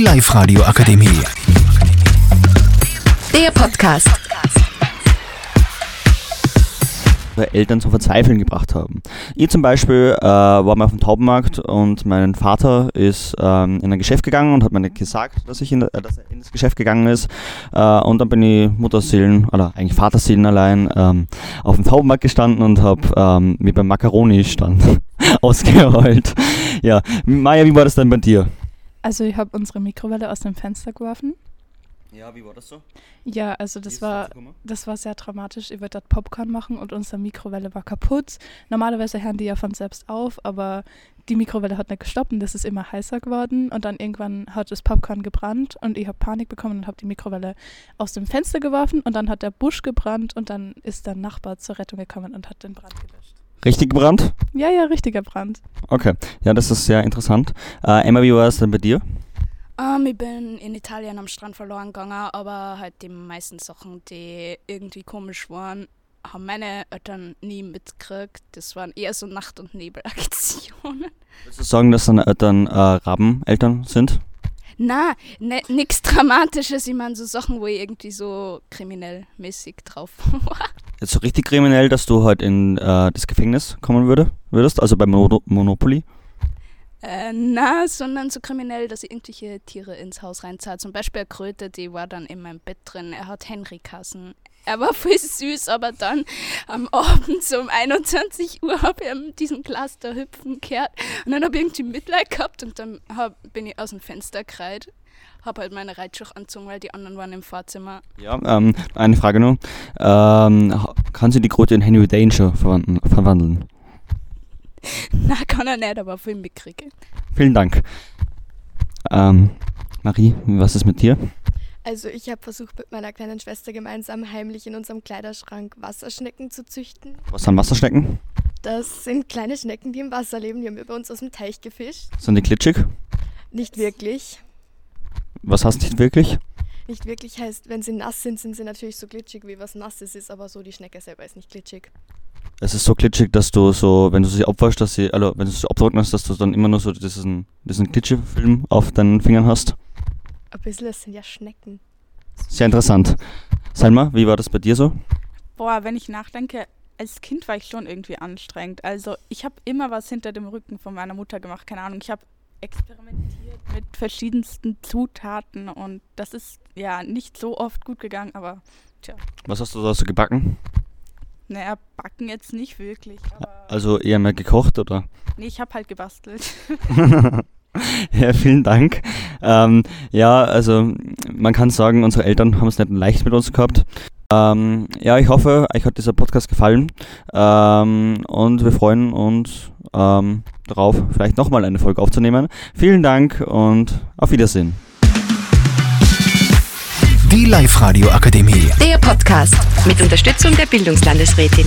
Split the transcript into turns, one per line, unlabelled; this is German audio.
Live Radio Akademie.
Der Podcast.
unsere Eltern zum Verzweifeln gebracht haben. Ich zum Beispiel äh, war mal auf dem Taubenmarkt und mein Vater ist ähm, in ein Geschäft gegangen und hat mir nicht gesagt, dass, ich in, äh, dass er in das Geschäft gegangen ist. Äh, und dann bin ich Mutterseelen, oder eigentlich Vaterseelen allein, ähm, auf dem Taubenmarkt gestanden und habe ähm, mir beim Macaroni-Stand ausgeheult. Ja, Maja, wie war das denn bei dir?
Also ich habe unsere Mikrowelle aus dem Fenster geworfen.
Ja, wie war das so?
Ja, also das war das war sehr dramatisch. Ich wollte dort Popcorn machen und unsere Mikrowelle war kaputt. Normalerweise hören die ja von selbst auf, aber die Mikrowelle hat nicht gestoppt und das ist immer heißer geworden. Und dann irgendwann hat das Popcorn gebrannt und ich habe Panik bekommen und habe die Mikrowelle aus dem Fenster geworfen und dann hat der Busch gebrannt und dann ist der Nachbar zur Rettung gekommen und hat den Brand gelöscht.
Richtig gebrannt?
Ja, ja, richtiger Brand.
Okay, ja, das ist sehr interessant. Äh, Emma, wie war es denn bei dir?
Ähm, ich bin in Italien am Strand verloren gegangen, aber halt die meisten Sachen, die irgendwie komisch waren, haben meine Eltern nie mitgekriegt. Das waren eher so Nacht- und Nebelaktionen.
Würdest du sagen, dass deine Eltern äh, Rabeneltern sind?
Na, ne, nichts Dramatisches. Ich meine, so Sachen, wo ich irgendwie so kriminell mäßig drauf war.
Jetzt so richtig kriminell, dass du halt in äh, das Gefängnis kommen würde, würdest, also bei Mono Monopoly?
Äh, na, sondern so kriminell, dass ich irgendwelche Tiere ins Haus reinzahlt. Zum Beispiel eine Kröte, die war dann in meinem Bett drin. Er hat Henry Kassen. Er war voll süß, aber dann am Abend so um 21 Uhr habe ich an diesem Glas da hüpfen gehört. Und dann habe ich irgendwie Mitleid gehabt und dann hab, bin ich aus dem Fenster gereiht. Habe halt meine Reitschuhe anzogen, weil die anderen waren im Vorzimmer.
Ja, ähm, eine Frage nur. Ähm, ha- kann sie die Kröte in Henry Danger verwandeln? verwandeln?
Na, kann er nicht, aber viel mitkriegen.
Vielen Dank. Ähm, Marie, was ist mit dir?
Also ich habe versucht, mit meiner kleinen Schwester gemeinsam heimlich in unserem Kleiderschrank Wasserschnecken zu züchten.
Was sind Wasserschnecken?
Das sind kleine Schnecken, die im Wasser leben. Die haben wir bei uns aus dem Teich gefischt.
Sind die glitschig?
Nicht wirklich.
Was hast du wirklich?
Nicht wirklich heißt, wenn sie nass sind, sind sie natürlich so glitschig, wie was Nasses ist, aber so die Schnecke selber ist nicht glitschig.
Es ist so glitschig, dass du so, wenn du sie abwaschst, dass sie, also wenn du sie abtrocknest, dass du dann immer nur so diesen, diesen Glitschig-Film auf deinen Fingern hast.
Ein bisschen, es sind ja Schnecken.
Sehr interessant. Salma, wie war das bei dir so?
Boah, wenn ich nachdenke, als Kind war ich schon irgendwie anstrengend. Also ich habe immer was hinter dem Rücken von meiner Mutter gemacht. Keine Ahnung, ich habe experimentiert mit verschiedensten Zutaten und das ist ja nicht so oft gut gegangen, aber
Was hast du da so gebacken?
naja, backen jetzt nicht wirklich. Aber
Also eher mehr gekocht oder?
nee, ich habe halt gebastelt.
ja, vielen Dank. Ähm, ja, also man kann sagen, unsere Eltern haben es nicht leicht mit uns gehabt. Ähm, ja, ich hoffe, euch hat dieser Podcast gefallen ähm, und wir freuen uns ähm, darauf, vielleicht nochmal eine Folge aufzunehmen. Vielen Dank und auf Wiedersehen.
Die Live Radio Akademie.
Der Podcast mit Unterstützung der Bildungslandesrätin.